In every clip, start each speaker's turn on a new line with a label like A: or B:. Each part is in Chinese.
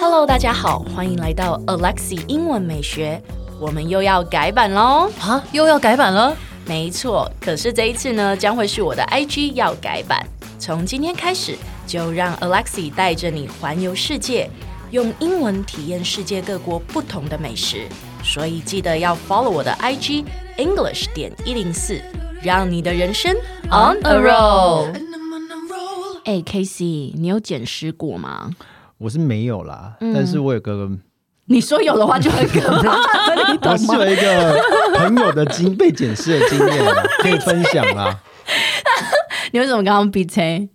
A: Hello，大家好，欢迎来到 Alexi 英文美学，我们又要改版喽。
B: 啊，又要改版了？
A: 没错，可是这一次呢，将会是我的 IG 要改版。从今天开始，就让 Alexi 带着你环游世界，用英文体验世界各国不同的美食。所以记得要 follow 我的 IG English 点一零四，让你的人生 on a roll。
C: And I'm on a roll.
A: 哎、k c 你有捡尸过吗？
D: 我是没有啦，
A: 嗯
D: 但是我有个
A: 你说有的话就很可怕，你
D: 我
A: 懂
D: 是
A: 吗？
D: 有一个朋友的经被检视的经验 啦，可以分享啦。
A: 你为什么刚刚 B C？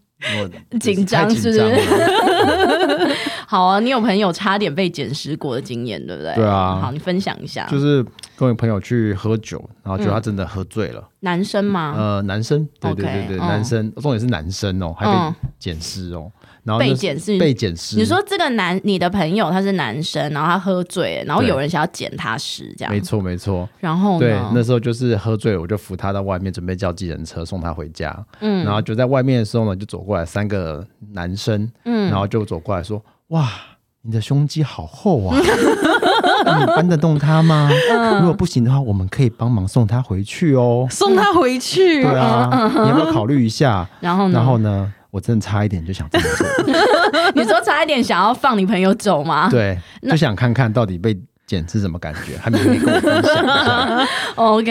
D: 我
A: 紧张
D: 太
A: 是不
D: 紧
A: 是
D: 张了？
A: 好啊，你有朋友差点被捡尸过的经验，对不对？
D: 对啊
A: 好，你分享一下。
D: 就是跟我朋友去喝酒，然
A: 嗯
D: 后结果他真的喝醉了。
A: 男生吗？
D: 呃，男生，对
A: OK，
D: 对对对，
A: 嗯
D: 男生，重点是男生哦，还
A: 嗯
D: 被检视哦，然后那
A: 被
D: 是
A: 检视
D: 被检视，
A: 你说这个男，你的朋友他是男生，然后他喝醉了，然后有人想要捡他尸，这样
D: 没。错没错。
A: 然后
D: 对，那
A: 呢？
D: 时候就是喝醉了，我就扶他到外面，准备叫计程车送他回家。
A: 嗯
D: 然后就在外面的时候呢，就走过来三个男生，
A: 嗯
D: 然后就走过来说：“哇，你的胸肌好厚啊， 那你搬得动它吗？
A: 嗯
D: 如果不行的话，我们可以帮忙送他回去哦。
B: 送他回”去
D: 对啊，
A: 嗯
D: 你要不要考虑一下？
A: 然后呢？
D: 然后呢，我真的差一点就想这么做，
A: 你说差一点想要放你朋友走吗？
D: 对，就想看看到底被剪是什么感觉，还没有人跟我分享一下。
A: ，OK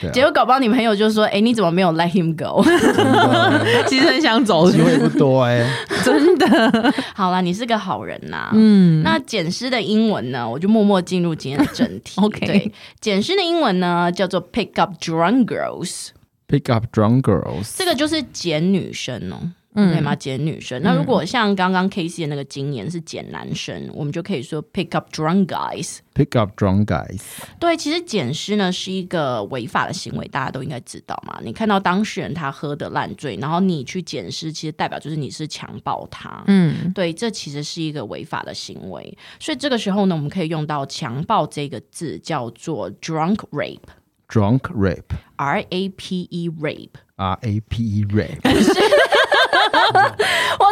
D: 对。啊
A: 结果搞不好你朋友就说：“哎，你怎么没有 let him go？”
D: 真的
B: 其实很想走，
D: 机会不多哎、
B: 真的。
A: 好啦，你是个好人呐。
B: 嗯，
A: 那简诗的英文呢，我就默默进入今天的正题。
B: OK
A: 对，简诗的英文呢叫做 pick up drunk girls，
D: Pick up drunk girls，
A: 这个就是捡女生哦。
B: 嗯
A: 对吗？捡女生。那如果像刚刚 K C 的那个经验是捡男生，我们就可以说 pick up drunk guys。
D: Pick up drunk guys，
A: 对，其实捡尸呢是一个违法的行为，大家都应该知道嘛。你看到当事人他喝得烂醉，然后你去捡尸，其实代表就是你是强暴他。
B: 嗯，
A: 对，这其实是一个违法的行为，所以这个时候呢，我们可以用到“强暴”这个字，叫做 drunk rape，R
D: drunk rape，R
A: A P E rape。
D: A P E rape，
A: 我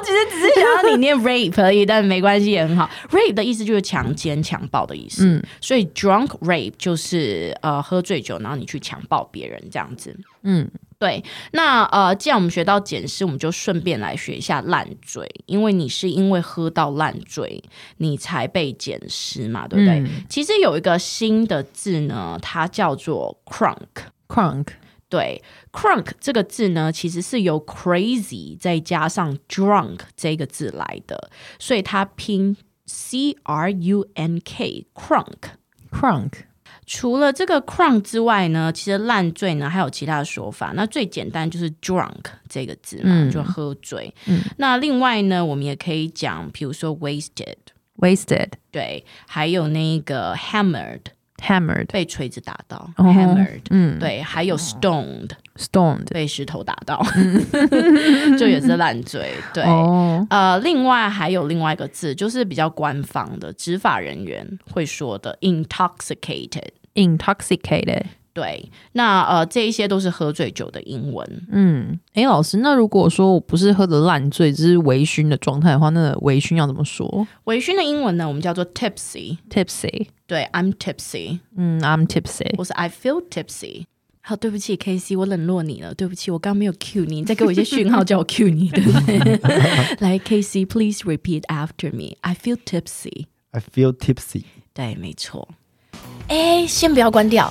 A: 其实只是想要你念 rape 而已，但没关系，也很好。rape 的意思就是强奸、强暴的意思，所以 drunk rape 就是呃喝醉酒，然后你去强暴别人这样子，
B: 嗯。
A: 对，那呃，既然我们学到检视，我们就顺便来学一下烂醉，因为你是因为喝到烂醉，你才被检视嘛，对不对？
B: 嗯
A: 其实有一个新的字呢，它叫做 crunk。
B: crunk
A: 对，crunk 这个字呢，其实是由 crazy 再加上 drunk 这个字来的，所以它拼 c r u n k crunk。
B: crunk
A: 除了这个 crunk 之外呢，其实烂醉呢还有其他的说法。那最简单就是 drunk 这个字嘛，
B: 嗯
A: 就喝醉。那另外呢，我们也可以讲，比如说 wasted，
B: wasted
A: 对，还有那个 hammered，
B: hammered
A: 被锤子打到、
B: 哦
A: h a m m e r e d
B: 嗯
A: 对，还有 stoned，
B: stoned
A: 被石头打 到，就也是烂醉。对，
B: 哦
A: 呃，另外还有另外一个字，就是比较官方的执法人员会说的 intoxicated。
B: intoxicated
A: 对，那呃，这一些都是喝醉酒的英文。
B: 嗯，哎，老师，那如果说我不是喝的烂醉，只是微醺的状态的话，那微醺要怎么说
A: 微醺的英文呢，我们叫做 tipsy。
B: ？tipsy
A: 对，I'm tipsy，
B: 嗯，I'm tipsy
A: 或是 I feel tipsy。好，对不起，K C，我冷落你了。对不起，我刚没有 cue 你，你再给我一些讯号叫我 cue 你，对不对？ 来，K C，please repeat after me。I feel tipsy。
D: I feel tipsy.
A: 对，没错。哎，先不要关掉，